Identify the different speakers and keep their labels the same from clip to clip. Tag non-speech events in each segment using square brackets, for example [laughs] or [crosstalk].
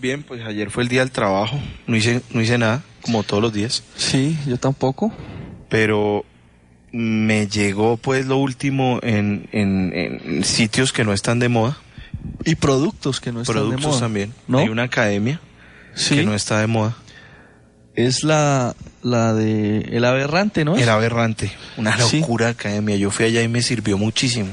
Speaker 1: bien, pues ayer fue el día del trabajo, no hice, no hice nada, como todos los días,
Speaker 2: Sí, yo tampoco.
Speaker 1: pero me llegó pues lo último en, en- en sitios que no están de moda,
Speaker 2: Y productos que no están de
Speaker 1: productos
Speaker 2: moda.
Speaker 1: también.
Speaker 2: ¿No?
Speaker 1: Hay una academia
Speaker 2: Sí,
Speaker 1: que no está de moda.
Speaker 2: es la, la de El Aberrante, ¿no? es?
Speaker 1: Era aberrante, una
Speaker 2: Sí.
Speaker 1: locura academia. Yo fui allá y me sirvió muchísimo.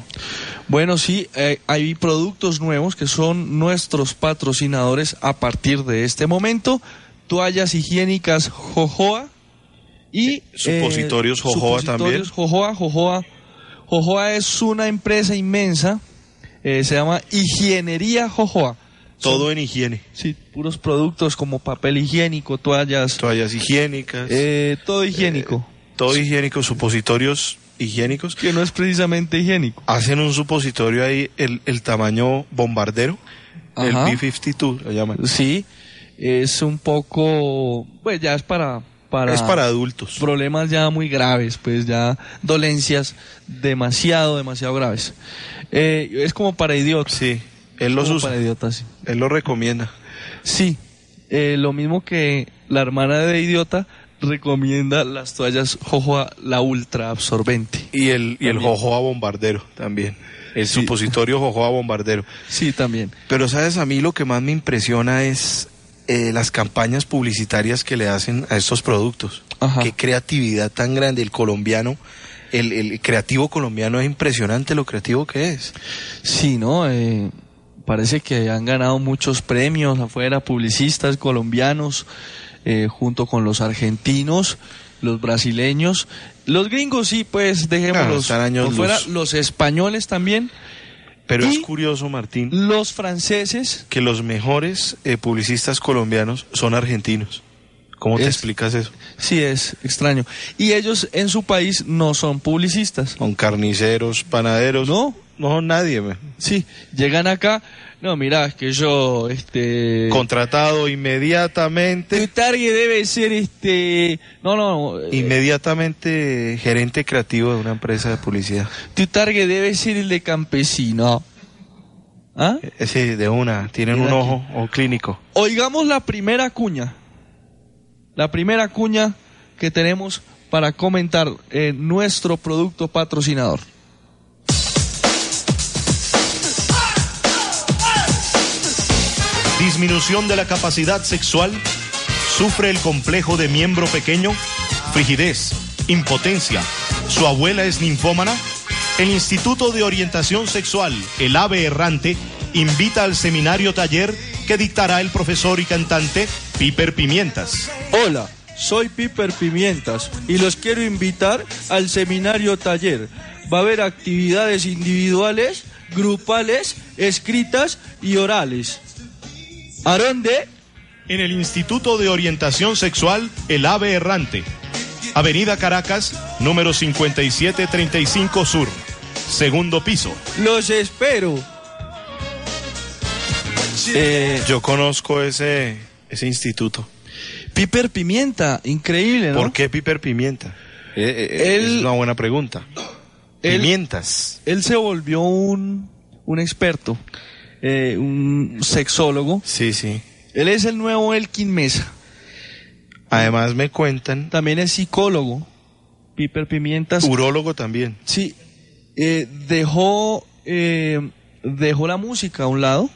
Speaker 2: Bueno, sí, eh, hay productos nuevos que son nuestros patrocinadores a partir de este momento. Toallas higiénicas Jojoa y...
Speaker 1: Eh,
Speaker 2: eh,
Speaker 1: Supositorios Jojoa también.
Speaker 2: supositorios Jojoa, Jojoa. Jojoa es una empresa inmensa, eh, se llama Higienería Jojoa. Son-
Speaker 1: Todo en higiene.
Speaker 2: sí, puros productos como papel higiénico, toallas,
Speaker 1: Toallas higiénicas,
Speaker 2: eh, todo higiénico,
Speaker 1: todo higiénico, supositorios higiénicos.
Speaker 2: que no es precisamente higiénico.
Speaker 1: Hacen un supositorio ahí, el, el tamaño bombardero, el
Speaker 2: Ajá.
Speaker 1: B-52 lo llaman.
Speaker 2: Sí, es un poco, pues ya es para, para,
Speaker 1: Es para adultos.
Speaker 2: problemas ya muy graves, pues ya dolencias demasiado, demasiado graves. Eh, es como para idiotas.
Speaker 1: Sí, él los
Speaker 2: como
Speaker 1: usa,
Speaker 2: para idiotas, sí.
Speaker 1: él los recomienda.
Speaker 2: Sí, eh, lo mismo que la hermana de idiota recomienda las toallas Jojoa la ultra absorbente.
Speaker 1: Y el, y el
Speaker 2: También.
Speaker 1: jojoa bombardero también. El
Speaker 2: Sí.
Speaker 1: supositorio jojoa bombardero.
Speaker 2: Sí, también.
Speaker 1: Pero sabes, a mí lo que más me impresiona es eh, las campañas publicitarias que le hacen a estos productos.
Speaker 2: Ajá.
Speaker 1: Qué creatividad tan grande el colombiano. El, el creativo colombiano es impresionante lo creativo que es.
Speaker 2: Sí, ¿no? Eh, parece que han ganado muchos premios afuera, publicistas colombianos, eh, junto con los argentinos, los brasileños. Los gringos sí, pues
Speaker 1: Claro,
Speaker 2: dejémoslos
Speaker 1: están años
Speaker 2: por fuera.
Speaker 1: luz.
Speaker 2: Los españoles también,
Speaker 1: Pero
Speaker 2: Y-
Speaker 1: es curioso, Martín,
Speaker 2: los franceses.
Speaker 1: que los mejores eh, publicistas colombianos son argentinos. ¿Cómo te
Speaker 2: Es-
Speaker 1: explicas eso?
Speaker 2: Sí, es extraño. Y ellos en su país no son publicistas.
Speaker 1: Son carniceros, panaderos.
Speaker 2: ¿No?
Speaker 1: no son nadie. me.
Speaker 2: Sí, llegan acá. No, mirá, es que yo,
Speaker 1: Eh.
Speaker 2: este...
Speaker 1: Contratado inmediatamente.
Speaker 2: Tu target debe ser este... No, no, eh,
Speaker 1: Inmediatamente gerente creativo de una empresa de publicidad.
Speaker 2: Tu target debe ser el de campesino. ¿Ah?
Speaker 1: Eh, Sí, de una. Tienen
Speaker 2: Mira
Speaker 1: un
Speaker 2: aquí.
Speaker 1: ojo o clínico.
Speaker 2: Oigamos la primera cuña. La primera cuña que tenemos para comentar eh, nuestro producto patrocinador.
Speaker 3: disminución de la capacidad sexual, sufre el complejo de miembro pequeño, frigidez, impotencia, su abuela es ninfómana, el Instituto de Orientación Sexual, el AVE Errante, invita al seminario taller que dictará el profesor y cantante Piper Pimientas.
Speaker 2: Hola, soy Piper Pimientas y los quiero invitar al seminario taller. Va a haber actividades individuales, grupales, escritas y orales. ¿A dónde?
Speaker 3: En el Instituto de Orientación Sexual, el AVE Errante. Avenida Caracas, número 5735 Sur. Segundo piso.
Speaker 2: Los espero. Eh,
Speaker 1: Yo conozco ese, ese instituto.
Speaker 2: Piper Pimienta, increíble, ¿no?
Speaker 1: ¿Por qué Piper Pimienta? Eh, eh, eh,
Speaker 2: Él-
Speaker 1: es una buena pregunta.
Speaker 2: Él-
Speaker 1: Pimientas.
Speaker 2: Él se volvió un, un experto, eh, un sexólogo.
Speaker 1: Sí, sí.
Speaker 2: Él es el nuevo Elkin Mesa.
Speaker 1: Además me cuentan,
Speaker 2: También es psicólogo. Piper Pimientas.
Speaker 1: urólogo también.
Speaker 2: Sí, eh, dejó, eh, dejó la música a un lado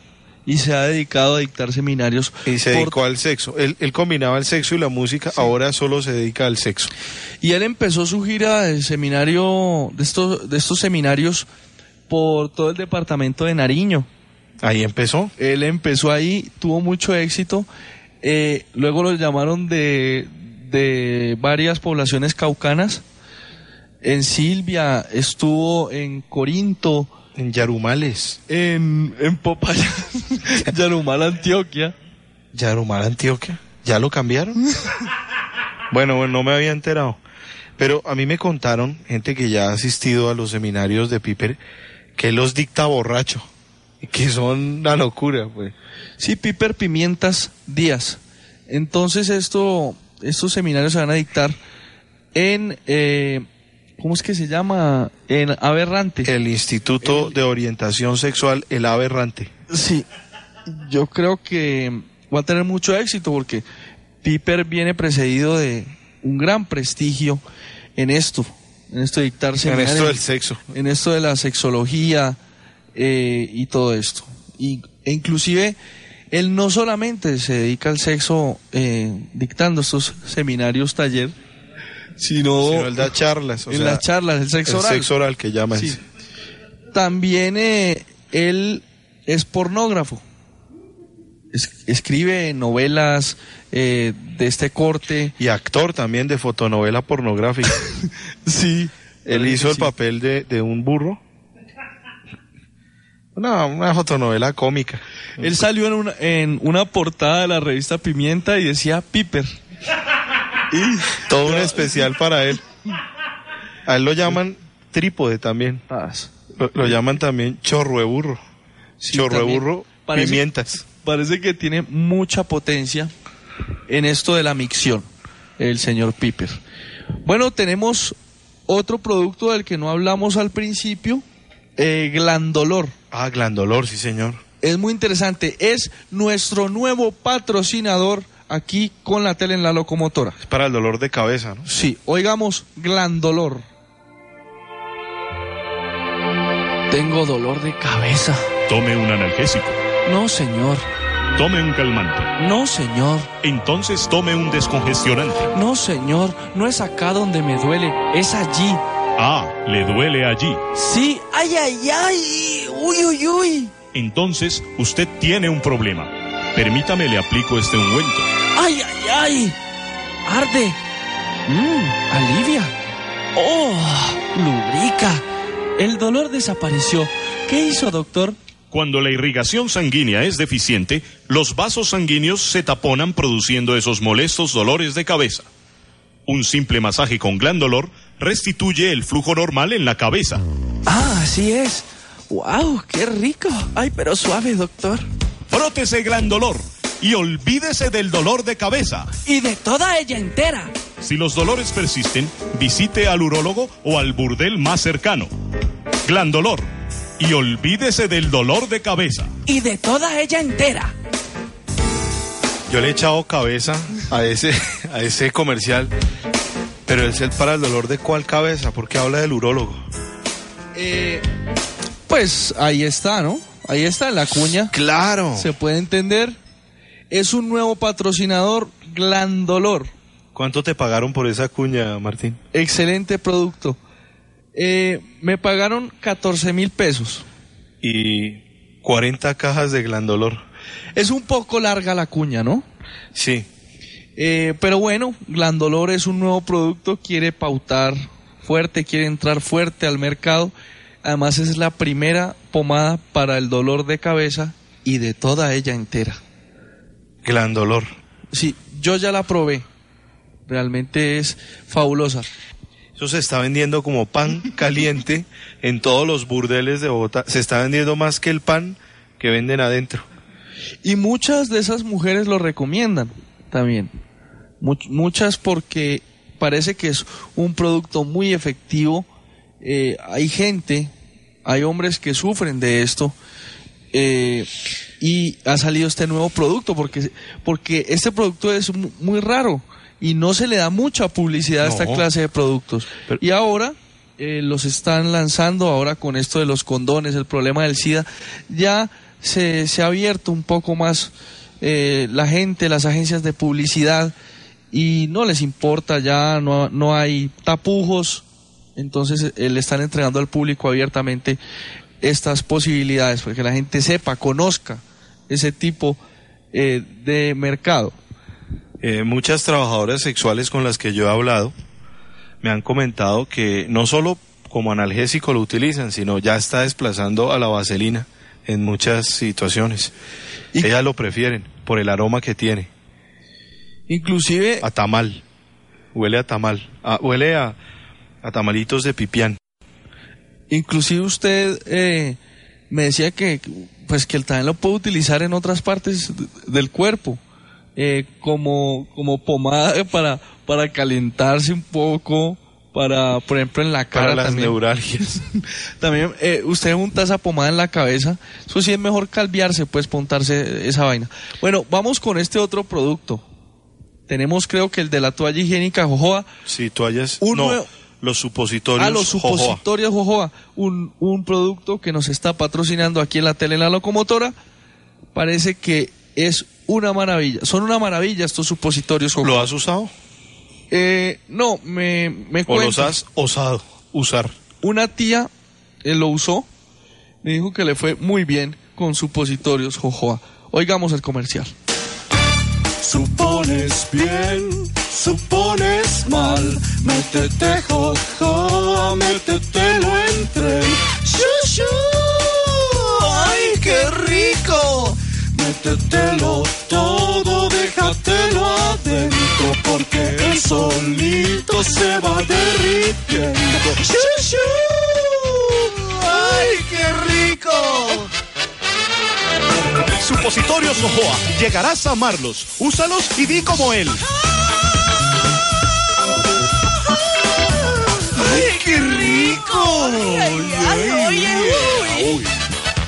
Speaker 2: y se ha dedicado a dictar seminarios.
Speaker 1: Y se
Speaker 2: por-
Speaker 1: dedicó al sexo. Él, él combinaba el sexo y la música, ahora solo se dedica al sexo.
Speaker 2: Y él empezó su gira de seminario, de estos, de estos seminarios por todo el departamento de Nariño.
Speaker 1: Ahí empezó.
Speaker 2: Él empezó ahí, tuvo mucho éxito. eh, luego lo llamaron de, de varias poblaciones caucanas. En Silvia, estuvo en Corinto,
Speaker 1: En Yarumales.
Speaker 2: en, en Popayán, [laughs] Yarumal, Antioquia.
Speaker 1: Yarumal, Antioquia. ¿Ya lo
Speaker 2: [laughs]
Speaker 1: cambiaron? bueno, bueno, no me había enterado. Pero a mí me contaron, gente que ya ha asistido a los seminarios de Piper, que él los dicta borracho. Y Que son una locura, pues.
Speaker 2: Sí, Piper Pimientas Díaz. Entonces esto, estos seminarios se van a dictar en, eh, ¿cómo es que se llama? En Aberrante.
Speaker 1: El Instituto de Orientación Sexual, el Aberrante.
Speaker 2: Sí, yo creo que va a tener mucho éxito porque Piper viene precedido de un gran prestigio en esto, en esto de dictar
Speaker 1: En
Speaker 2: seminarios,
Speaker 1: esto del sexo.
Speaker 2: en esto de la sexología eh, y todo esto. Y, e inclusive él no solamente se dedica al sexo eh, dictando estos seminarios taller, sino,
Speaker 1: Sino él da charlas. o
Speaker 2: en
Speaker 1: sea,
Speaker 2: las charlas, Oh. el sexo
Speaker 1: el
Speaker 2: oral.
Speaker 1: sexo oral que llama
Speaker 2: Sí.
Speaker 1: ese.
Speaker 2: También eh, él es pornógrafo. Es- escribe novelas eh, de este corte.
Speaker 1: Y actor también de fotonovela
Speaker 2: [laughs]
Speaker 1: pornográfica.
Speaker 2: Sí.
Speaker 1: Él hizo el
Speaker 2: sí.
Speaker 1: papel de, de un burro. Una, una fotonovela cómica.
Speaker 2: Él salió en una, en una portada de la revista Pimienta y decía Piper.
Speaker 1: Todo un especial para él. A él lo llaman trípode también.
Speaker 2: Ah,
Speaker 1: Lo, lo llaman también chorro de burro.
Speaker 2: Sí,
Speaker 1: chorro de
Speaker 2: también.
Speaker 1: burro,
Speaker 2: Parece-
Speaker 1: pimientas.
Speaker 2: Parece que tiene mucha potencia en esto de la micción, el señor Piper. Bueno, tenemos otro producto del que no hablamos al principio, eh, Glandolor.
Speaker 1: Ah, glandolor, sí señor.
Speaker 2: Es muy interesante, es nuestro nuevo patrocinador aquí con la tele en la locomotora.
Speaker 1: Es para el dolor de cabeza, ¿no?
Speaker 2: Sí, oigamos Glandolor. Tengo dolor de cabeza.
Speaker 3: Tome un analgésico.
Speaker 2: No, señor.
Speaker 3: Tome un calmante.
Speaker 2: No, señor.
Speaker 3: Entonces tome un descongestionante.
Speaker 2: No, señor, no es acá donde me duele, es allí.
Speaker 3: Ah, le duele allí.
Speaker 2: Sí, ay, ay, ay, uy, uy, uy.
Speaker 3: Entonces usted tiene un problema. Permítame le aplico este ungüento.
Speaker 2: Ay, ay, ay, arde. Mmm, alivia. Oh, lubrica. El dolor desapareció. ¿Qué hizo, doctor?
Speaker 3: Cuando la irrigación sanguínea es deficiente, los vasos sanguíneos se taponan produciendo esos molestos dolores de cabeza. Un simple masaje con glandolor restituye el flujo normal en la cabeza.
Speaker 2: Ah, así es. ¡Wow! ¡Qué rico! Ay, pero suave, doctor.
Speaker 3: Prótese glandolor y olvídese del dolor de cabeza.
Speaker 4: y de toda ella entera.
Speaker 3: Si los dolores persisten, visite al urólogo o al burdel más cercano. Glandolor y olvídese del dolor de cabeza.
Speaker 4: Y de toda ella entera.
Speaker 1: Yo le he echado cabeza a ese, a ese comercial, pero es el para el dolor de cuál cabeza, porque habla del urólogo.
Speaker 2: Eh, Pues ahí está, ¿no? Ahí está en la cuña.
Speaker 1: Claro.
Speaker 2: Se puede entender. Es un nuevo patrocinador, Glandolor.
Speaker 1: ¿Cuánto te pagaron por esa cuña, Martín?
Speaker 2: Excelente producto. Eh, me pagaron 14 mil pesos.
Speaker 1: Y 40 cajas de glandolor.
Speaker 2: Es un poco larga la cuña, ¿no?
Speaker 1: Sí.
Speaker 2: Eh, pero bueno, Glandolor es un nuevo producto, quiere pautar fuerte, quiere entrar fuerte al mercado. Además es la primera pomada para el dolor de cabeza y de toda ella entera.
Speaker 1: Glandolor.
Speaker 2: Sí, yo ya la probé. Realmente es fabulosa.
Speaker 1: Eso se está vendiendo como pan caliente en todos los burdeles de Bogotá. Se está vendiendo más que el pan que venden adentro.
Speaker 2: Y muchas de esas mujeres lo recomiendan también. Much- muchas porque parece que es un producto muy efectivo. Eh, hay gente, hay hombres que sufren de esto. eh, y ha salido este nuevo producto porque, porque este producto es mu- muy raro y no se le da mucha publicidad a esta
Speaker 1: No.
Speaker 2: clase de productos.
Speaker 1: Pero-
Speaker 2: y ahora eh, los están lanzando ahora con esto de los condones, el problema del SIDA. Ya se, se ha abierto un poco más eh, la gente, las agencias de publicidad y no les importa, ya no, no hay tapujos. Entonces eh, le están entregando al público abiertamente estas posibilidades para que la gente sepa, conozca ese tipo eh, de mercado.
Speaker 1: Eh, muchas trabajadoras sexuales con las que yo he hablado me han comentado que no solo como analgésico lo utilizan, sino ya está desplazando a la vaselina en muchas situaciones.
Speaker 2: Y-
Speaker 1: Ellas lo prefieren por el aroma que tiene.
Speaker 2: Inclusive
Speaker 1: A tamal. Huele a tamal. Ah, huele a, a tamalitos de pipián.
Speaker 2: Inclusive usted eh, me decía que pues que el también lo puede utilizar en otras partes d- del cuerpo [laughs] eh, como como pomada para para calentarse un poco para, por ejemplo, en la cara
Speaker 1: Para las
Speaker 2: también. [laughs]
Speaker 1: neuralgias.
Speaker 2: También, eh, usted junta esa pomada en la cabeza. Eso sí es mejor calviarse, pues, puntarse esa vaina. Bueno, vamos con este otro producto. Tenemos, creo que el de la toalla higiénica Jojoa.
Speaker 1: Sí, toallas.
Speaker 2: Un
Speaker 1: no,
Speaker 2: nuevo-
Speaker 1: los supositorios.
Speaker 2: A los
Speaker 1: Jojoa.
Speaker 2: supositorios Jojoa. Un, un producto que nos está patrocinando aquí en la tele, en la locomotora. Parece que es una maravilla. Son una maravilla estos supositorios Jojoa.
Speaker 1: ¿Lo has usado?
Speaker 2: Eh, no, me, me
Speaker 1: ¿O los
Speaker 2: cuentan.
Speaker 1: has osado usar?
Speaker 2: Una tía eh, lo usó, me dijo que le fue muy bien con supositorios Jojoa. Oigamos el comercial.
Speaker 5: Supones bien, supones mal. Métete jojoa, métetelo en tren. ¡Shushu! ¡Ay, qué rico! Métetelo todo, déjatelo adentro, porque el solito se va derritiendo. ¡Shushu! ¡Ay, qué rico!
Speaker 3: Supositorios Ojoa. Llegarás a amarlos. Úsalos y di como él.
Speaker 5: ¡Ay, qué rico!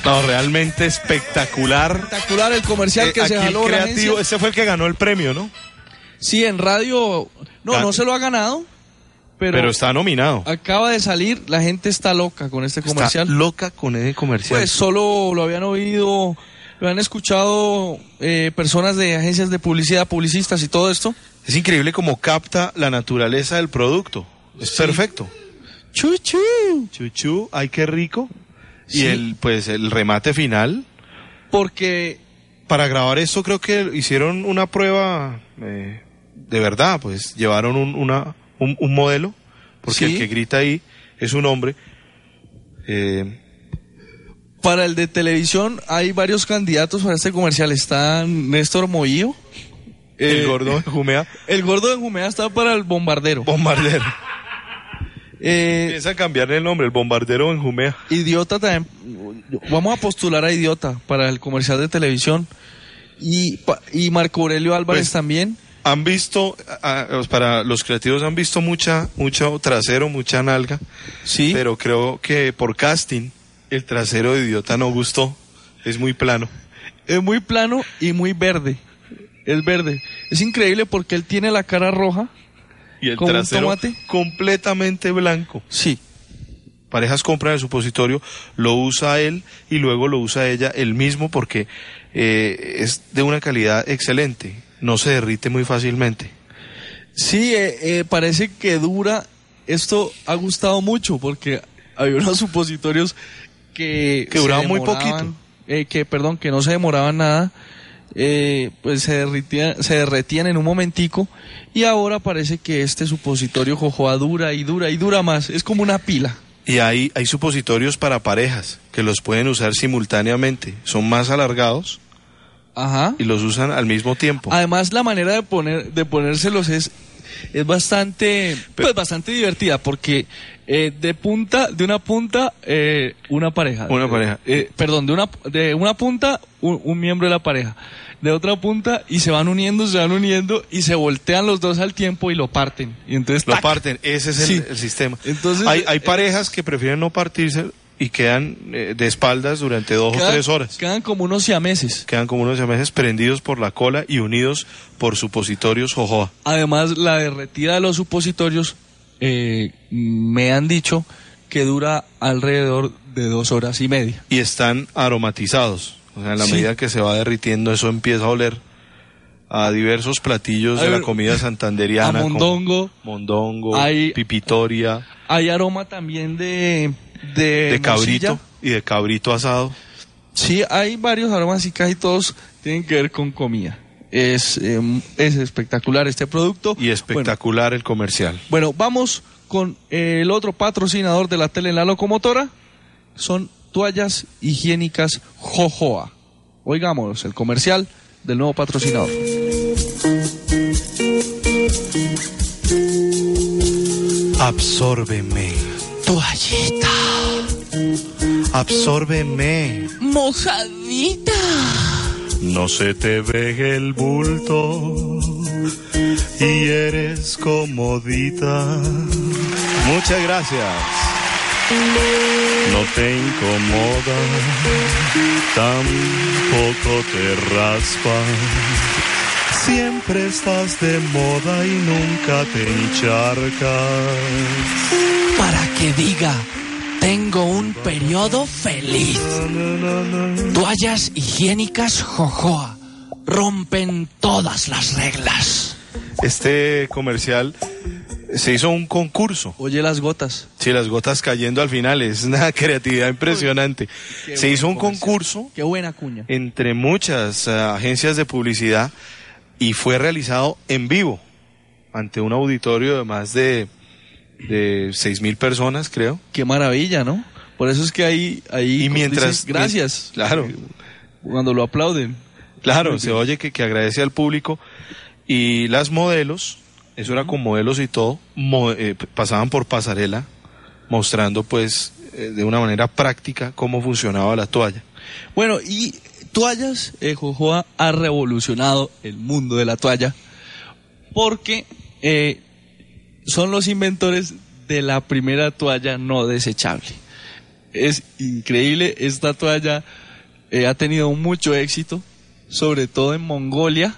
Speaker 1: No, realmente espectacular.
Speaker 2: Espectacular el comercial
Speaker 1: Eh,
Speaker 2: que
Speaker 1: aquí
Speaker 2: se
Speaker 1: el
Speaker 2: jaló la
Speaker 1: creativo,
Speaker 2: agencia.
Speaker 1: ese fue el que ganó el premio, ¿no?
Speaker 2: Sí, en radio, no,
Speaker 1: Gan-
Speaker 2: no se lo ha ganado, pero,
Speaker 1: Ah. Pero está nominado.
Speaker 2: acaba de salir, la gente está loca con este comercial.
Speaker 1: Está loca con el comercial.
Speaker 2: Pues solo lo habían oído, lo han escuchado eh, personas de agencias de publicidad, publicistas y todo esto.
Speaker 1: Es increíble cómo capta la naturaleza del producto. Es perfecto.
Speaker 2: Chuchu.
Speaker 1: Chuchu, ay, qué rico.
Speaker 2: Sí.
Speaker 1: Y el, pues, el remate final.
Speaker 2: Porque
Speaker 1: Para grabar esto creo que hicieron una prueba eh, de verdad, pues llevaron un, una, un, un modelo, porque
Speaker 2: Sí.
Speaker 1: el que grita ahí es un hombre. Eh,
Speaker 2: Para el de televisión hay varios candidatos para este comercial. Está Néstor Moillo. Eh.
Speaker 1: el gordo jumea,
Speaker 2: El gordo de Jumea está para el bombardero. [laughs]
Speaker 1: bombardero.
Speaker 2: Eh,
Speaker 1: Piensa cambiarle el nombre, el bombardero en jumea.
Speaker 2: idiota también. Vamos a postular a Idiota para el comercial de televisión. Y, pa- y Marco Aurelio Álvarez
Speaker 1: Pues-
Speaker 2: también.
Speaker 1: Han visto, ah, ah, para los creativos han visto mucha, mucho trasero, mucha nalga.
Speaker 2: Sí.
Speaker 1: Pero creo que por casting, el trasero de idiota no gustó. Es muy plano.
Speaker 2: Es muy plano y muy verde. Es verde. Es increíble porque él tiene la cara roja.
Speaker 1: Y el
Speaker 2: ¿Como un
Speaker 1: trasero
Speaker 2: tomate?
Speaker 1: completamente blanco.
Speaker 2: Sí.
Speaker 1: Parejas compran el supositorio, lo usa él y luego lo usa ella el mismo porque eh, es de una calidad excelente. No se derrite muy fácilmente.
Speaker 2: Sí, eh, eh, parece que dura. Esto ha gustado mucho porque había unos [laughs] supositorios que.
Speaker 1: Que
Speaker 2: se
Speaker 1: duraban muy
Speaker 2: demoraban,
Speaker 1: poquito.
Speaker 2: eh, que, perdón, que no se demoraban nada. eh, pues se derretían, se derretían en un momentico. Y ahora parece que este supositorio jojoa dura y dura y dura más. Es como una pila.
Speaker 1: Y hay, hay supositorios para parejas que los pueden usar simultáneamente. Son más alargados
Speaker 2: Ajá.
Speaker 1: y los usan al mismo tiempo.
Speaker 2: Además, la manera de poner, de ponérselos es, es bastante, pues, bastante divertida, porque eh, de punta, de una punta, eh, una pareja.
Speaker 1: Una pareja.
Speaker 2: Eh, perdón, de una, de una punta, un, un miembro de la pareja. De otra punta, y se van uniendo, se van uniendo, y se voltean los dos al tiempo y lo parten. Y entonces,
Speaker 1: Lo
Speaker 2: ¡tac!
Speaker 1: parten, ese es el,
Speaker 2: Sí.
Speaker 1: el sistema.
Speaker 2: Entonces,
Speaker 1: hay, hay
Speaker 2: eh,
Speaker 1: parejas que prefieren no partirse y quedan eh, de espaldas durante dos o
Speaker 2: quedan,
Speaker 1: tres horas.
Speaker 2: Quedan como unos siameses.
Speaker 1: Quedan como unos meses prendidos por la cola y unidos por supositorios jojoa.
Speaker 2: Además, la derretida de los supositorios, eh, me han dicho que dura alrededor de dos horas y media.
Speaker 1: Y están aromatizados. O sea, en la
Speaker 2: Sí.
Speaker 1: medida que se va derritiendo, eso empieza a oler a diversos platillos
Speaker 2: A
Speaker 1: de la
Speaker 2: ver,
Speaker 1: comida santanderiana.
Speaker 2: a mondongo.
Speaker 1: como mondongo,
Speaker 2: Hay-
Speaker 1: pipitoria,
Speaker 2: Hay aroma también de... De,
Speaker 1: de cabrito
Speaker 2: eh, morcilla.
Speaker 1: y de cabrito asado.
Speaker 2: Sí, hay varios aromas y casi todos tienen que ver con comida. Es, eh, es espectacular este producto.
Speaker 1: Y espectacular el comercial.
Speaker 2: Bueno, bueno, vamos con eh, el otro patrocinador de la tele en la locomotora. Son toallas higiénicas Jojoa. Oigamos el comercial del nuevo patrocinador.
Speaker 1: Absórbeme.
Speaker 4: Toallita.
Speaker 1: Absórbeme.
Speaker 4: Mojadita.
Speaker 3: No se te ve el bulto y eres comodita. Muchas gracias. No te incomoda, tampoco te raspa. Siempre estás de moda y nunca te encharcas.
Speaker 4: Para que diga, tengo un periodo feliz. Toallas higiénicas Jojoa rompen todas las reglas.
Speaker 1: Este comercial se hizo un concurso.
Speaker 2: Oye las gotas.
Speaker 1: Sí, las gotas cayendo al final, es una [laughs] creatividad impresionante. Se hizo un concurso
Speaker 2: Qué buena cuña.
Speaker 1: entre muchas eh, agencias de publicidad y fue realizado en vivo ante un auditorio de más de, de 6 mil personas, creo.
Speaker 2: Qué maravilla, ¿no? Por eso es que ahí... ahí
Speaker 1: Y
Speaker 2: como
Speaker 1: mientras...
Speaker 2: dices, gracias.
Speaker 1: Claro.
Speaker 2: Cuando lo aplauden.
Speaker 1: Claro, se oye que, que agradece al público. Y las modelos, eso era con modelos y todo, mo- eh, p- pasaban por pasarela mostrando pues eh, de una manera práctica cómo funcionaba la toalla.
Speaker 2: Bueno, y toallas, eh, Jojoa ha revolucionado el mundo de la toalla porque eh, son los inventores de la primera toalla no desechable. Es increíble, esta toalla eh, ha tenido mucho éxito, sobre todo en Mongolia,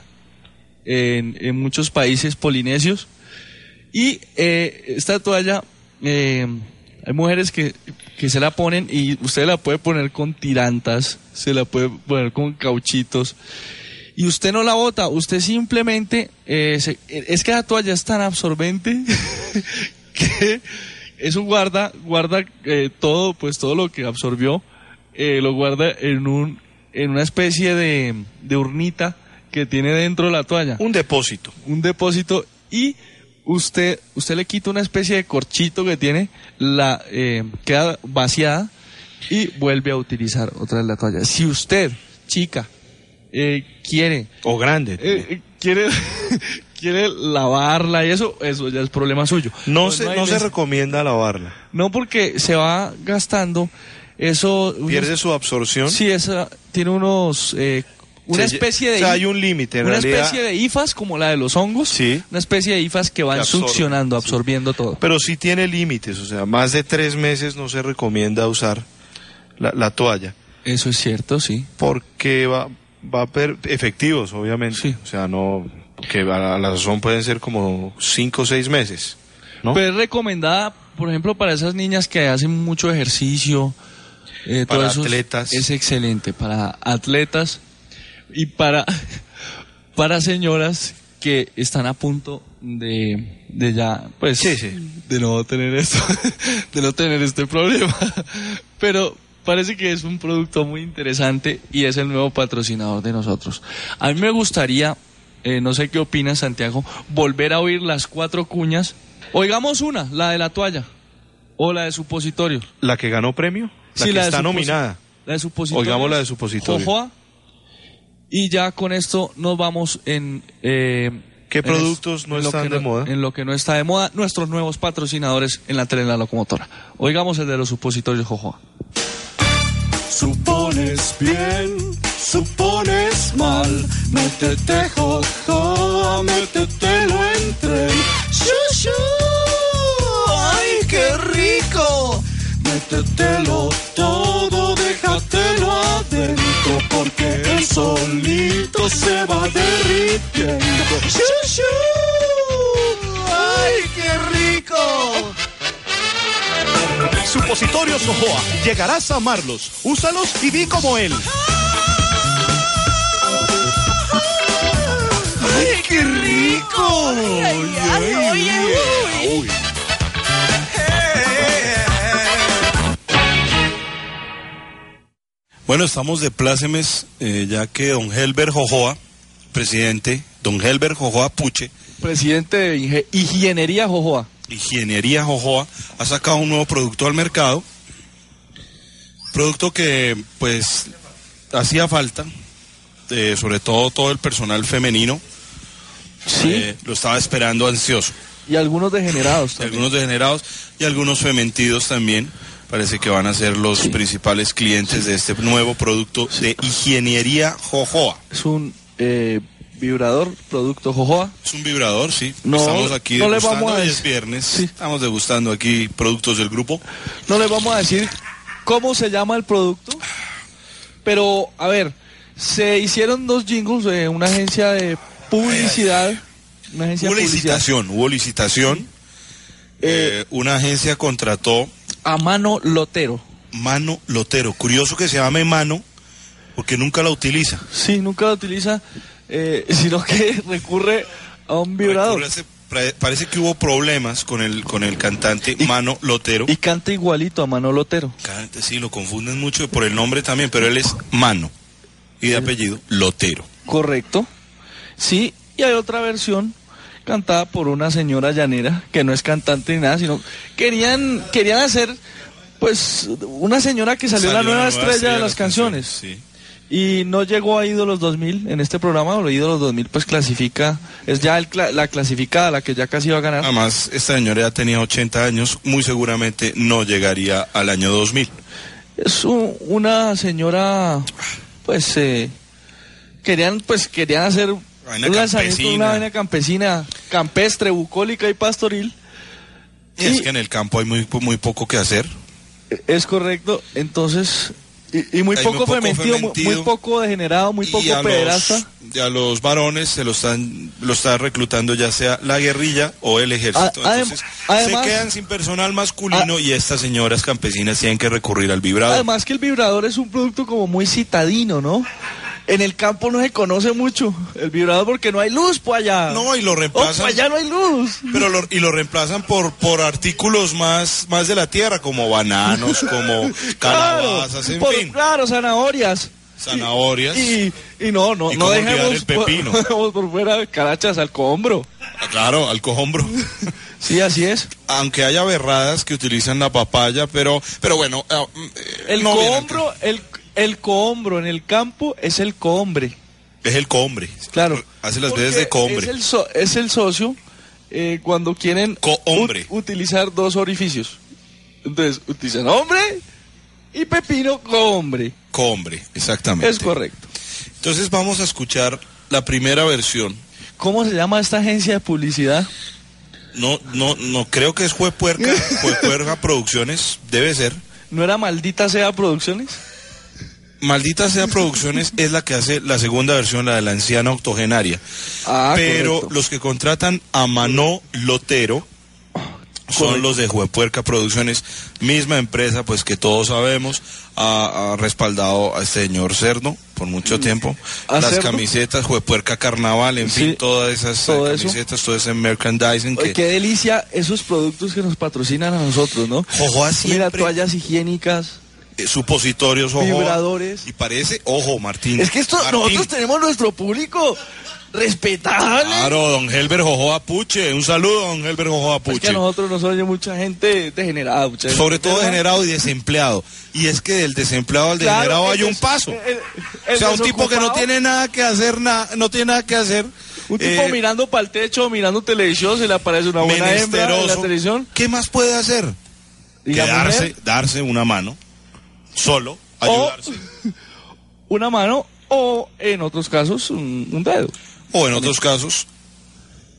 Speaker 2: en, en muchos países polinesios. Y eh, esta toalla, eh, hay mujeres que, que se la ponen y usted la puede poner con tirantas, se la puede poner con cauchitos. Y usted no la bota, usted simplemente... eh, se- es que la toalla es tan absorbente [laughs] que eso guarda, guarda eh, todo, pues todo lo que absorbió, eh, lo guarda en, un, en una especie de, de urnita que tiene dentro la toalla
Speaker 1: Un depósito.
Speaker 2: un depósito y usted, usted le quita una especie de corchito que tiene, la eh, queda vaciada y vuelve a utilizar otra vez la toalla. Si usted, chica, eh, quiere,
Speaker 1: O grande.
Speaker 2: eh, eh, quiere, [laughs] quiere lavarla y eso, eso ya es problema suyo.
Speaker 1: no se,
Speaker 2: pues hay
Speaker 1: no se
Speaker 2: nece-
Speaker 1: recomienda lavarla.
Speaker 2: no porque se va gastando eso. unos-
Speaker 1: Pierde su absorción.
Speaker 2: Sí, esa tiene unos eh, una
Speaker 1: Se lle-
Speaker 2: especie de
Speaker 1: o sea,
Speaker 2: hi-
Speaker 1: hay un límite, en
Speaker 2: una
Speaker 1: realidad.
Speaker 2: especie de hifas como la de los hongos,
Speaker 1: Sí.
Speaker 2: una especie de hifas que van
Speaker 1: Que absorben,
Speaker 2: succionando, absorbiendo todo.
Speaker 1: Pero sí tiene límites, o sea, más de tres meses no se recomienda usar la, la toalla.
Speaker 2: Eso es cierto, sí.
Speaker 1: porque va, va a per efectivos, obviamente.
Speaker 2: Sí.
Speaker 1: O sea, no, que a la, a la razón pueden ser como cinco o seis meses, ¿no?
Speaker 2: Pero es recomendada, por ejemplo, para esas niñas que hacen mucho ejercicio. eh,
Speaker 1: Para
Speaker 2: todo eso es-
Speaker 1: atletas.
Speaker 2: Es excelente, para atletas y para, para señoras que están a punto de, de ya, pues,
Speaker 1: Sí, sí.
Speaker 2: de no tener esto, [laughs] de no tener este problema. [laughs] Pero parece que es un producto muy interesante y es el nuevo patrocinador de nosotros. A mí me gustaría, eh, no sé qué opinas, Santiago, volver a oír las cuatro cuñas. Oigamos una, la de la toalla o la de supositorio.
Speaker 1: la que ganó premio, la
Speaker 2: Sí,
Speaker 1: que
Speaker 2: de
Speaker 1: está
Speaker 2: suposi-
Speaker 1: nominada.
Speaker 2: La de supositorio.
Speaker 1: Oigamos la de supositorio.
Speaker 2: Jojoa. Y ya con esto nos vamos en... eh,
Speaker 1: ¿Qué
Speaker 2: en
Speaker 1: productos
Speaker 2: es-
Speaker 1: no
Speaker 2: en lo
Speaker 1: están
Speaker 2: que
Speaker 1: de moda?
Speaker 2: En lo que no está de moda, nuestros nuevos patrocinadores en la tele de la locomotora. Oigamos el de los supositorios Jojoa.
Speaker 5: Supones bien, supones mal, métete jojo, métetelo entre. ¡Shushu! ¡Ay, qué rico! Métetelo todo, déjatelo adentro, porque el solito se va derritiendo. ¡Shushu! ¡Ay, qué rico!
Speaker 3: Supositorios Ojoa. Llegarás a amarlos. Úsalos y di como él.
Speaker 5: ¡Ay, qué rico!
Speaker 4: Ay, ay, oye, uy.
Speaker 6: Bueno, estamos de plácemes, eh, ya que don Helber Jojoa, presidente, don Helber Jojoa Puche,
Speaker 2: Presidente de Inge- Higienería Jojoa.
Speaker 6: Ingeniería Jojoa, ha sacado un nuevo producto al mercado. Producto que, pues, hacía falta, eh, sobre todo todo el personal femenino.
Speaker 2: Sí.
Speaker 6: eh, lo estaba esperando ansioso.
Speaker 2: Y algunos degenerados
Speaker 6: Y
Speaker 2: también.
Speaker 6: algunos degenerados y algunos fementidos también. Parece que van a ser los principales clientes de este nuevo producto de Ingeniería Jojoa.
Speaker 2: Es un eh, vibrador, producto Jojoa.
Speaker 6: Es un vibrador, sí.
Speaker 2: No,
Speaker 6: estamos aquí
Speaker 2: no le
Speaker 6: degustando,
Speaker 2: vamos a
Speaker 6: hoy es
Speaker 2: decir.
Speaker 6: viernes.
Speaker 2: Sí.
Speaker 6: Estamos degustando aquí productos del grupo.
Speaker 2: No les vamos a decir cómo se llama el producto, pero a ver, se hicieron dos jingles de una agencia de publicidad. Una agencia
Speaker 6: Hubo
Speaker 2: de publicidad.
Speaker 6: licitación, hubo licitación. Eh, una agencia contrató
Speaker 2: A mano lotero.
Speaker 6: Mano Lotero. Curioso que se llame Mano, porque nunca la utiliza.
Speaker 2: Sí, nunca lo utiliza, eh, [laughs] sino que recurre a un vibrador.
Speaker 6: Recurre a ese- pra- Parece que hubo problemas con el, con el cantante Mano Lotero.
Speaker 2: Y canta igualito a Manolo Otero.
Speaker 6: Cante, Sí, lo confunden mucho por el nombre también, pero él es Mano. Y de apellido, Lotero.
Speaker 2: Correcto. Sí, y hay otra versión cantada por una señora llanera que no es cantante ni nada, sino querían querían hacer pues una señora que salió, la
Speaker 6: Salió
Speaker 2: nueva,
Speaker 6: la
Speaker 2: estrella, de las canciones. Y no llegó a Ídolos 2000 en este programa, o Ídolos 2000 pues clasifica, es ya el cla- la clasificada, la que ya casi va a ganar.
Speaker 6: Además, esta señora ya tenía 80 años, muy seguramente no llegaría al año 2000.
Speaker 2: es u- una señora pues eh, querían pues querían hacer
Speaker 6: Vaina
Speaker 2: un lanzamiento de
Speaker 6: campesina.
Speaker 2: una vaina campesina campestre bucólica y pastoril
Speaker 6: Y es
Speaker 2: Y-
Speaker 6: que en el campo hay muy, muy poco que hacer.
Speaker 2: eh, es correcto entonces y, y muy
Speaker 6: Hay
Speaker 2: poco,
Speaker 6: muy poco
Speaker 2: fementido, muy- muy,
Speaker 6: fementido.
Speaker 2: poco degenerado muy poco
Speaker 6: y a
Speaker 2: pederasta
Speaker 6: los, y a los varones se lo están lo está reclutando ya sea la guerrilla o el ejército.
Speaker 2: A- adem-
Speaker 6: Entonces,
Speaker 2: además-
Speaker 6: se quedan sin personal masculino
Speaker 2: A-
Speaker 6: y estas señoras campesinas tienen que recurrir al vibrador.
Speaker 2: además que el vibrador es un producto como muy citadino no en el campo no se conoce mucho el vibrador porque no hay luz pues allá
Speaker 6: No, y lo
Speaker 2: oh, pues
Speaker 6: reemplazan.
Speaker 2: allá no hay luz
Speaker 6: pero lo- y lo reemplazan por, por artículos más, más de la tierra, como bananos,
Speaker 2: [laughs]
Speaker 6: como calabazas, en
Speaker 2: por-
Speaker 6: fin,
Speaker 2: claro zanahorias
Speaker 6: zanahorias.
Speaker 2: Y, y no, no,
Speaker 6: ¿Y
Speaker 2: no
Speaker 6: cómo olvidar
Speaker 2: dejemos
Speaker 6: el pepino?
Speaker 2: Por, [laughs] dejemos por fuera carachas al cohombro.
Speaker 6: Ah, Claro, al
Speaker 2: [laughs]
Speaker 6: cohombro.
Speaker 2: Sí, así es.
Speaker 6: Aunque haya berradas que utilizan la papaya, pero, pero bueno. eh,
Speaker 2: El
Speaker 6: no viene al
Speaker 2: cohombro, el, el cohombro en el campo es el cohombre.
Speaker 6: Es el cohombre.
Speaker 2: Claro.
Speaker 6: Hace las
Speaker 2: Porque
Speaker 6: veces de cohombre.
Speaker 2: Es el, so- es el socio eh, cuando quieren
Speaker 6: Cohombre.
Speaker 2: ut- utilizar dos orificios. Entonces, utilizan hombre y pepino cohombre.
Speaker 6: Cohombre, exactamente.
Speaker 2: Es correcto.
Speaker 6: Entonces vamos a escuchar la primera versión.
Speaker 2: ¿Cómo se llama esta agencia de publicidad?
Speaker 6: No, no, no creo que
Speaker 2: [laughs]
Speaker 6: es Juepuerca, Juepuerca Producciones, debe ser.
Speaker 2: ¿No era maldita sea Producciones?
Speaker 6: Maldita sea Producciones es la que hace la segunda versión, la de la anciana octogenaria.
Speaker 2: Ah,
Speaker 6: Pero
Speaker 2: correcto.
Speaker 6: los que contratan a Manó Lotero son
Speaker 2: Correcto.
Speaker 6: los de Juepuerca Producciones, misma empresa, pues que todos sabemos, ha, ha respaldado a este señor Cerdo por mucho tiempo.
Speaker 2: Mm. ¿A
Speaker 6: Las
Speaker 2: Cerdo?
Speaker 6: camisetas, Juepuerca Carnaval, en
Speaker 2: Sí,
Speaker 6: fin, todas esas eh,
Speaker 2: todo eso.
Speaker 6: camisetas, todo ese merchandising
Speaker 2: Oye,
Speaker 6: que...
Speaker 2: qué delicia esos productos que nos patrocinan a nosotros, ¿no?
Speaker 6: Jojoa
Speaker 2: Mira,
Speaker 6: siempre-
Speaker 2: toallas higiénicas.
Speaker 6: eh, supositorios, ojo.
Speaker 2: Vibradores.
Speaker 6: Y parece, ojo, Martín.
Speaker 2: Es que esto,
Speaker 6: Martín.
Speaker 2: nosotros tenemos nuestro público respetable.
Speaker 6: Claro, don Helber Jojoa Puche. Un saludo, don Helber Jojoa
Speaker 2: Pues Es que
Speaker 6: Puche.
Speaker 2: a nosotros nos oye mucha gente degenerada. mucha gente
Speaker 6: Sobre todo
Speaker 2: enferma.
Speaker 6: degenerado y desempleado. Y es que del desempleado al
Speaker 2: Claro,
Speaker 6: degenerado
Speaker 2: el
Speaker 6: hay un
Speaker 2: des-
Speaker 6: paso.
Speaker 2: el- el-
Speaker 6: o
Speaker 2: el
Speaker 6: sea, un tipo que no
Speaker 2: desocupado,
Speaker 6: tiene nada que hacer, na- no tiene nada que hacer.
Speaker 2: Un tipo
Speaker 6: eh,
Speaker 2: mirando para el techo, mirando televisión, se le aparece una buena hembra en la
Speaker 6: menesteroso.
Speaker 2: televisión.
Speaker 6: ¿Qué más puede hacer?
Speaker 2: y la
Speaker 6: Quedarse,
Speaker 2: mujer,
Speaker 6: darse una mano, solo,
Speaker 2: O-
Speaker 6: ayudarse.
Speaker 2: una mano o, en otros casos, un, un dedo.
Speaker 6: O en otros casos,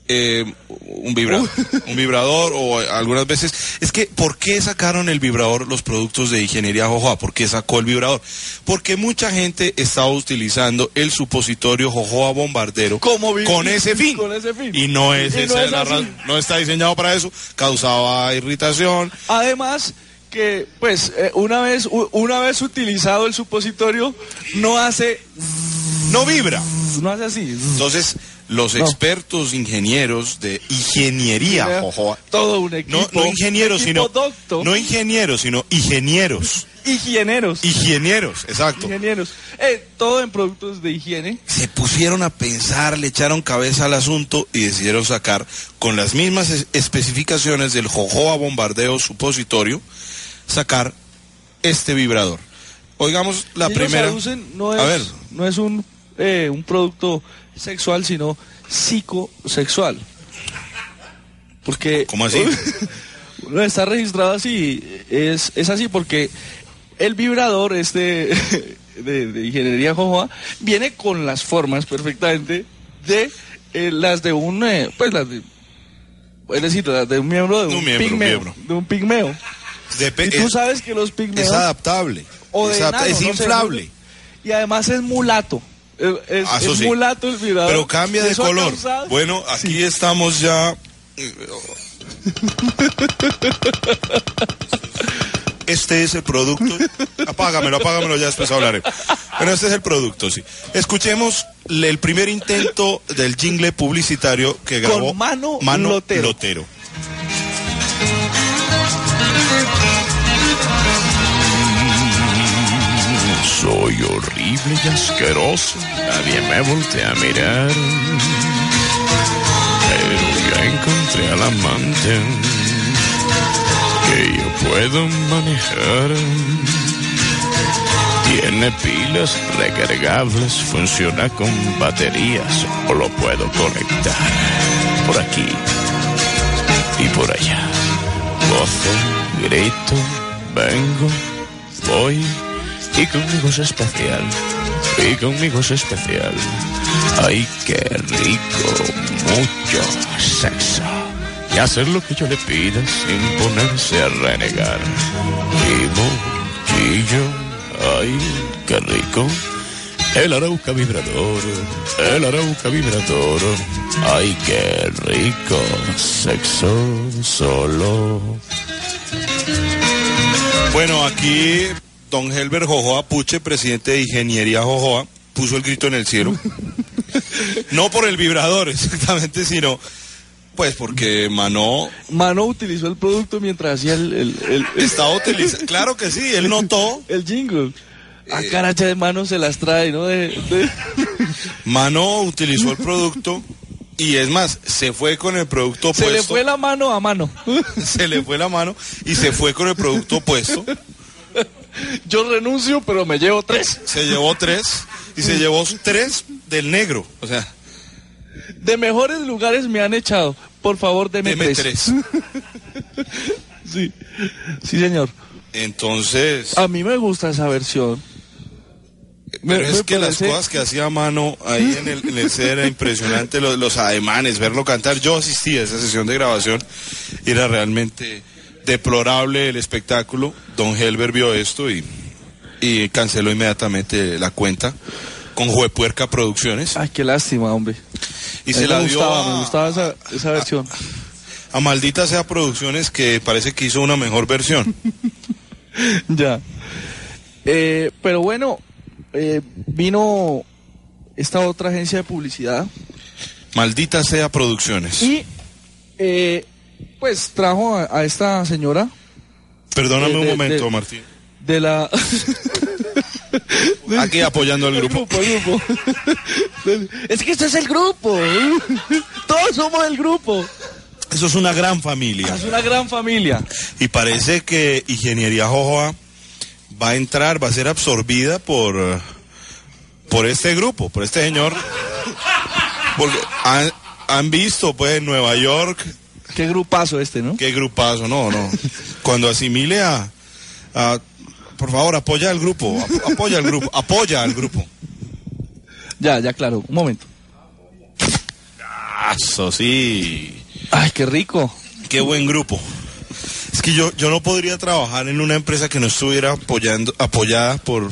Speaker 6: eh, un vibrador. Un vibrador o eh, algunas veces... Es que, ¿por qué sacaron el vibrador los productos de ingeniería Jojoa? ¿Por qué sacó el vibrador? Porque mucha gente estaba utilizando el supositorio Jojoa Bombardero
Speaker 2: Como vi-
Speaker 6: con ese fin.
Speaker 2: con ese fin.
Speaker 6: Y no es
Speaker 2: Y no
Speaker 6: esa
Speaker 2: es
Speaker 6: la
Speaker 2: así.
Speaker 6: razón. No está diseñado para eso. Causaba irritación.
Speaker 2: Además que pues eh, una vez u- una vez utilizado el supositorio no hace
Speaker 6: No vibra.
Speaker 2: zzz, no hace así. zzz.
Speaker 6: Entonces, los expertos ingenieros de ingeniería Jojoa...
Speaker 2: Todo un equipo.
Speaker 6: No, no ingenieros,
Speaker 2: un
Speaker 6: sino
Speaker 2: equipo docto,
Speaker 6: no ingenieros, sino ingenieros.
Speaker 2: higieneros,
Speaker 6: Higieneros, exacto.
Speaker 2: ingenieros. Eh, todo en productos de higiene.
Speaker 6: Se pusieron a pensar, le echaron cabeza al asunto y decidieron sacar con las mismas es- especificaciones del Jojoa bombardeo supositorio, sacar este vibrador. Oigamos la
Speaker 2: Ellos
Speaker 6: primera.
Speaker 2: aducen, no es
Speaker 6: A ver,
Speaker 2: no es un eh, un producto sexual, sino psicosexual. Porque
Speaker 6: ¿cómo así?
Speaker 2: [laughs] No, está registrado así, es, es así porque el vibrador [laughs] este de, de ingeniería Jojoa viene con las formas perfectamente de eh, las de un, eh, pues las de, es decir, las de un miembro de
Speaker 6: De
Speaker 2: un,
Speaker 6: un miembro, un
Speaker 2: pigmeo,
Speaker 6: miembro.
Speaker 2: de un pigmeo.
Speaker 6: Depe-
Speaker 2: Y tú
Speaker 6: es-
Speaker 2: sabes que los pigmeos
Speaker 6: es adaptable.
Speaker 2: o de
Speaker 6: eh, es, adapta-
Speaker 2: enano,
Speaker 6: es
Speaker 2: no sé,
Speaker 6: inflable.
Speaker 2: y además es mulato. Es, es-
Speaker 6: Ah, eso
Speaker 2: es
Speaker 6: sí.
Speaker 2: mulato el vibrador.
Speaker 6: Pero cambia de
Speaker 2: Eso ha
Speaker 6: color.
Speaker 2: causado-
Speaker 6: Bueno, aquí estamos ya. eh, oh. Este es el producto. Apágamelo, apágamelo, ya después hablaré. Pero este es el producto, sí. Escuchemos le- el primer intento del jingle publicitario que
Speaker 2: Con
Speaker 6: grabó
Speaker 2: Mano Lotero.
Speaker 6: Lotero.
Speaker 7: Soy horrible y asqueroso, nadie me voltea a mirar. Pero ya encontré al amante que yo puedo manejar. Tiene pilas recargables, funciona con baterías o lo puedo conectar por aquí y por allá. Gozo, grito, vengo, voy y conmigo es especial. Y conmigo es especial. Ay, qué rico, mucho sexo. Y hacer lo que yo le pida sin ponerse a renegar. Y mochillo, ay, qué rico. El arauca vibrador, el arauca vibrador. Ay, qué rico, sexo solo.
Speaker 6: Bueno, aquí don Helber Jojoa Puche, presidente de Ingeniería Jojoa, puso el grito en el cielo.
Speaker 2: [laughs]
Speaker 6: No por el vibrador exactamente, sino pues porque Manó
Speaker 2: Mano utilizó el producto mientras hacía el, el, el, el-
Speaker 6: está utilizando. Claro que sí, él notó.
Speaker 2: el jingle. A
Speaker 6: Eh.
Speaker 2: caracha de mano se las trae, ¿no? De- de-
Speaker 6: Manó utilizó el producto y es más, se fue con el producto
Speaker 2: Se le
Speaker 6: puesto.
Speaker 2: fue la mano a mano. [laughs]
Speaker 6: [laughs] se le fue la mano y se fue con el producto puesto.
Speaker 2: Yo renuncio, pero me llevo tres.
Speaker 6: Se llevó tres y se llevó tres del negro. O sea,
Speaker 2: De mejores lugares me han echado. Por favor, deme,
Speaker 6: deme
Speaker 2: tres.
Speaker 6: tres.
Speaker 2: Sí. sí, señor.
Speaker 6: Entonces.
Speaker 2: A mí me gusta esa versión.
Speaker 6: Pero
Speaker 2: Me-
Speaker 6: es
Speaker 2: me
Speaker 6: que las
Speaker 2: parece-
Speaker 6: cosas que hacía a mano ahí en el, en el set era impresionante, los, los ademanes, verlo cantar. Yo asistí a esa sesión de grabación y era realmente deplorable el espectáculo. Don Helber vio esto y, y canceló inmediatamente la cuenta con Juepuerca Producciones
Speaker 2: Ay, qué lástima, hombre.
Speaker 6: y
Speaker 2: Ah, A mí
Speaker 6: se la
Speaker 2: me
Speaker 6: dio
Speaker 2: gustaba, me
Speaker 6: a,
Speaker 2: gustaba esa, esa versión.
Speaker 6: a Maldita Sea Producciones que parece que hizo una mejor versión.
Speaker 2: [laughs] Ya. Eh, pero bueno, eh, vino esta otra agencia de publicidad
Speaker 6: Maldita Sea Producciones.
Speaker 2: y eh, pues trajo a, a esta señora
Speaker 6: Perdóname
Speaker 2: de-
Speaker 6: un
Speaker 2: de-
Speaker 6: momento,
Speaker 2: de-
Speaker 6: Martín.
Speaker 2: de [laughs] la...
Speaker 6: Aquí apoyando al grupo.
Speaker 2: el [laughs] grupo. es que esto es el grupo. [laughs] Todos somos el grupo.
Speaker 6: Eso es una gran familia.
Speaker 2: Es una gran familia.
Speaker 6: Y parece que Ingeniería Jojoa va a entrar, va a ser absorbida por, eh, por este grupo, por este señor. Porque han, han visto, pues, en Nueva York,
Speaker 2: Qué grupazo este, ¿no?
Speaker 6: qué grupazo, no, no. Cuando asimile a. a- por favor, apoya al grupo, ap- apoya al grupo, apoya al grupo.
Speaker 2: Ya, ya, claro. Un momento.
Speaker 6: Eso sí.
Speaker 2: Ay, qué rico.
Speaker 6: Qué buen grupo. Es que yo, yo no podría trabajar en una empresa que no estuviera apoyando, apoyada por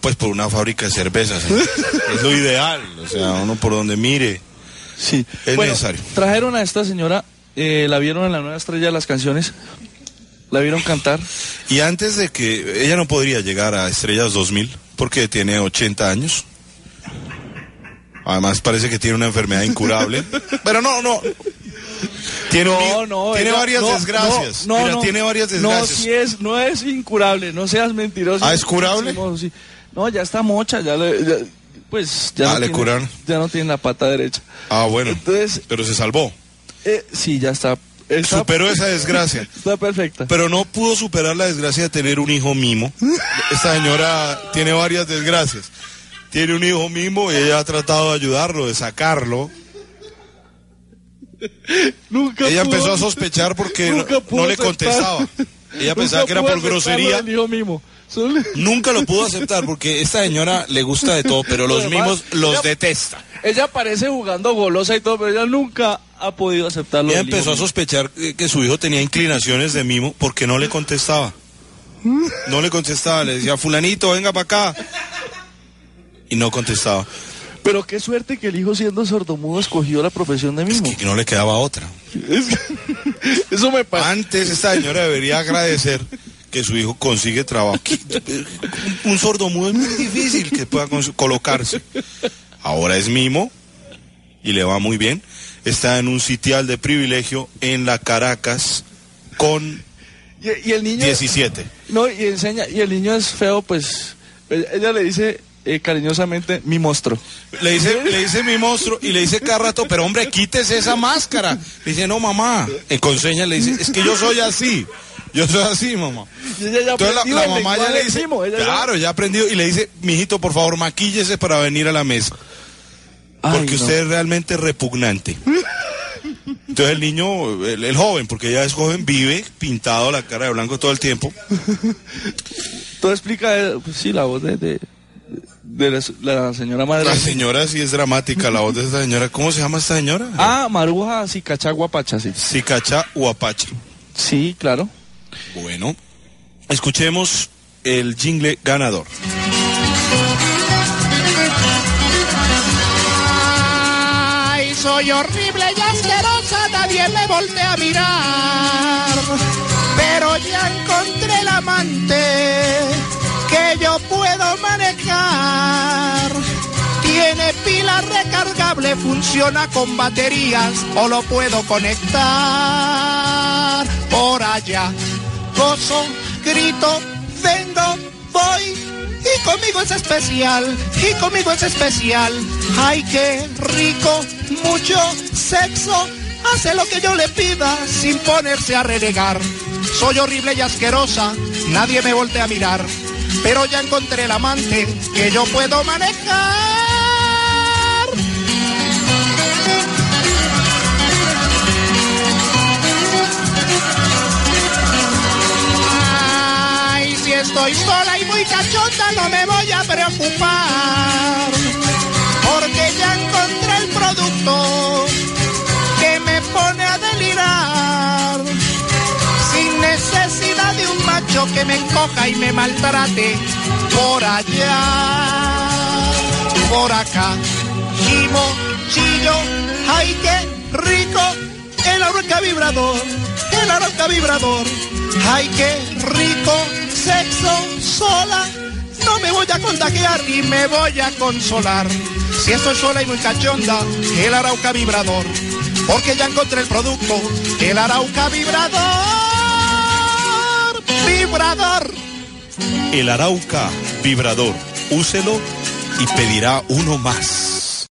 Speaker 6: pues por una fábrica de cervezas.
Speaker 2: [laughs]
Speaker 6: ¿no? es lo ideal, o sea, uno por donde mire.
Speaker 2: Sí.
Speaker 6: Es necesario.
Speaker 2: Trajeron a esta señora, eh, la vieron en la nueva estrella de las canciones, la vieron cantar.
Speaker 6: Y antes de que ella no podría llegar a Estrellas 2000 porque tiene 80 años. Además parece que tiene una
Speaker 2: [laughs]
Speaker 6: enfermedad incurable. Pero no, no. Tiene,
Speaker 2: No,
Speaker 6: mi-
Speaker 2: no.
Speaker 6: tiene
Speaker 2: ella-
Speaker 6: varias
Speaker 2: no,
Speaker 6: desgracias.
Speaker 2: No, no,
Speaker 6: Mira,
Speaker 2: no.
Speaker 6: tiene varias
Speaker 2: No,
Speaker 6: desgracias.
Speaker 2: si es, no es incurable, no seas mentiroso.
Speaker 6: ¿Ah, es curable?
Speaker 2: Sí. No, ya está mocha, ya le... ya- pues ya,
Speaker 6: Ah,
Speaker 2: no
Speaker 6: le
Speaker 2: tiene,
Speaker 6: curaron.
Speaker 2: ya no tiene la pata derecha.
Speaker 6: Ah, bueno.
Speaker 2: Entonces,
Speaker 6: Pero se salvó.
Speaker 2: eh, sí, ya está. está
Speaker 6: Superó esa desgracia.
Speaker 2: Está perfecta.
Speaker 6: Pero no pudo superar la desgracia de tener un hijo mimo. Esta señora tiene varias desgracias. Tiene un hijo mimo y ella ha tratado de ayudarlo, de sacarlo.
Speaker 2: Nunca
Speaker 6: Ella
Speaker 2: pudo-
Speaker 6: empezó a sospechar porque no,
Speaker 2: nunca pudo
Speaker 6: no le
Speaker 2: aceptar-
Speaker 6: contestaba. Ella
Speaker 2: nunca
Speaker 6: pensaba que era
Speaker 2: pudo
Speaker 6: por
Speaker 2: aceptarlo
Speaker 6: grosería.
Speaker 2: del hijo mimo. Solo- [laughs]
Speaker 6: Nunca lo pudo aceptar porque esta señora le gusta de todo, pero los
Speaker 2: Además,
Speaker 6: mimos los
Speaker 2: ella-
Speaker 6: detesta.
Speaker 2: Ella parece jugando golosa y todo, pero ella nunca ha podido aceptarlo.
Speaker 6: Ella empezó a sospechar eh, que su hijo tenía inclinaciones de mimo porque no le contestaba. No le contestaba, le decía, fulanito, venga para acá. Y no contestaba.
Speaker 2: Pero qué suerte que el hijo siendo sordomudo escogió la profesión de mismo.
Speaker 6: Y no le quedaba otra.
Speaker 2: Eso me pasa.
Speaker 6: Antes esta señora debería agradecer que su hijo consigue trabajo. Un sordomudo es muy difícil que pueda cons- colocarse. Ahora es mimo y le va muy bien. Está en un sitial de privilegio en la Caracas con
Speaker 2: Y, y el niño...
Speaker 6: 17.
Speaker 2: No, y enseña, y el niño es feo, pues. Ella le dice eh, cariñosamente, mi monstruo.
Speaker 6: Le dice, le dice mi monstruo y le dice cada rato, pero hombre, quítese esa máscara. Le dice, no, mamá. Eh, con señas le dice, es que yo soy así. Yo soy así, mamá.
Speaker 2: Y ella ya
Speaker 6: Entonces la,
Speaker 2: aprendió
Speaker 6: la
Speaker 2: el
Speaker 6: mamá ya
Speaker 2: lenguaje
Speaker 6: le dice,
Speaker 2: mimo, ella ya-
Speaker 6: claro, ya ha aprendido y le dice, mijito, por favor, maquíllese para venir a la mesa.
Speaker 2: Ay,
Speaker 6: Porque
Speaker 2: no.
Speaker 6: usted es realmente repugnante. Entonces el niño, el, el joven, porque ella es joven, vive pintado la cara de blanco todo el tiempo.
Speaker 2: Todo explica, eh, pues, sí, la voz de, de, de la, la señora madre.
Speaker 6: La señora sí es dramática, la voz de esa señora. ¿Cómo se llama esta señora?
Speaker 2: Ah, Maruja Sicachagua Pacha, sí.
Speaker 6: Sicacha Huapacha.
Speaker 2: Sí, claro.
Speaker 6: Bueno, escuchemos el jingle ganador.
Speaker 5: Ay, soy horrible y asquerosa, nadie me voltea a mirar. Pero ya encontré el amante que yo puedo manejar. Tiene pila recargable, funciona con baterías o lo puedo conectar. Por allá, gozo, grito, vendo, voy. Y conmigo es especial, y conmigo es especial. Ay, qué rico, mucho sexo. Hace lo que yo le pida sin ponerse a renegar. Soy horrible y asquerosa, nadie me voltea a mirar. Pero ya encontré el amante que yo puedo manejar. Ay, si estoy sola y muy cachonda no me voy a preocupar, porque ya encontré el producto que me pone a delirar, sin necesidad de un macho que me encoja y me maltrate por allá, por acá, gimo, chillo, ay qué rico, el arroca vibrador, el arroca vibrador, ay qué rico, sexo sola, no me voy a contagiar y me voy a consolar. Si estoy sola y muy cachonda, el arauca vibrador, porque ya encontré el producto, el arauca vibrador, vibrador.
Speaker 6: El Arauca Vibrador. Úselo y pedirá uno más.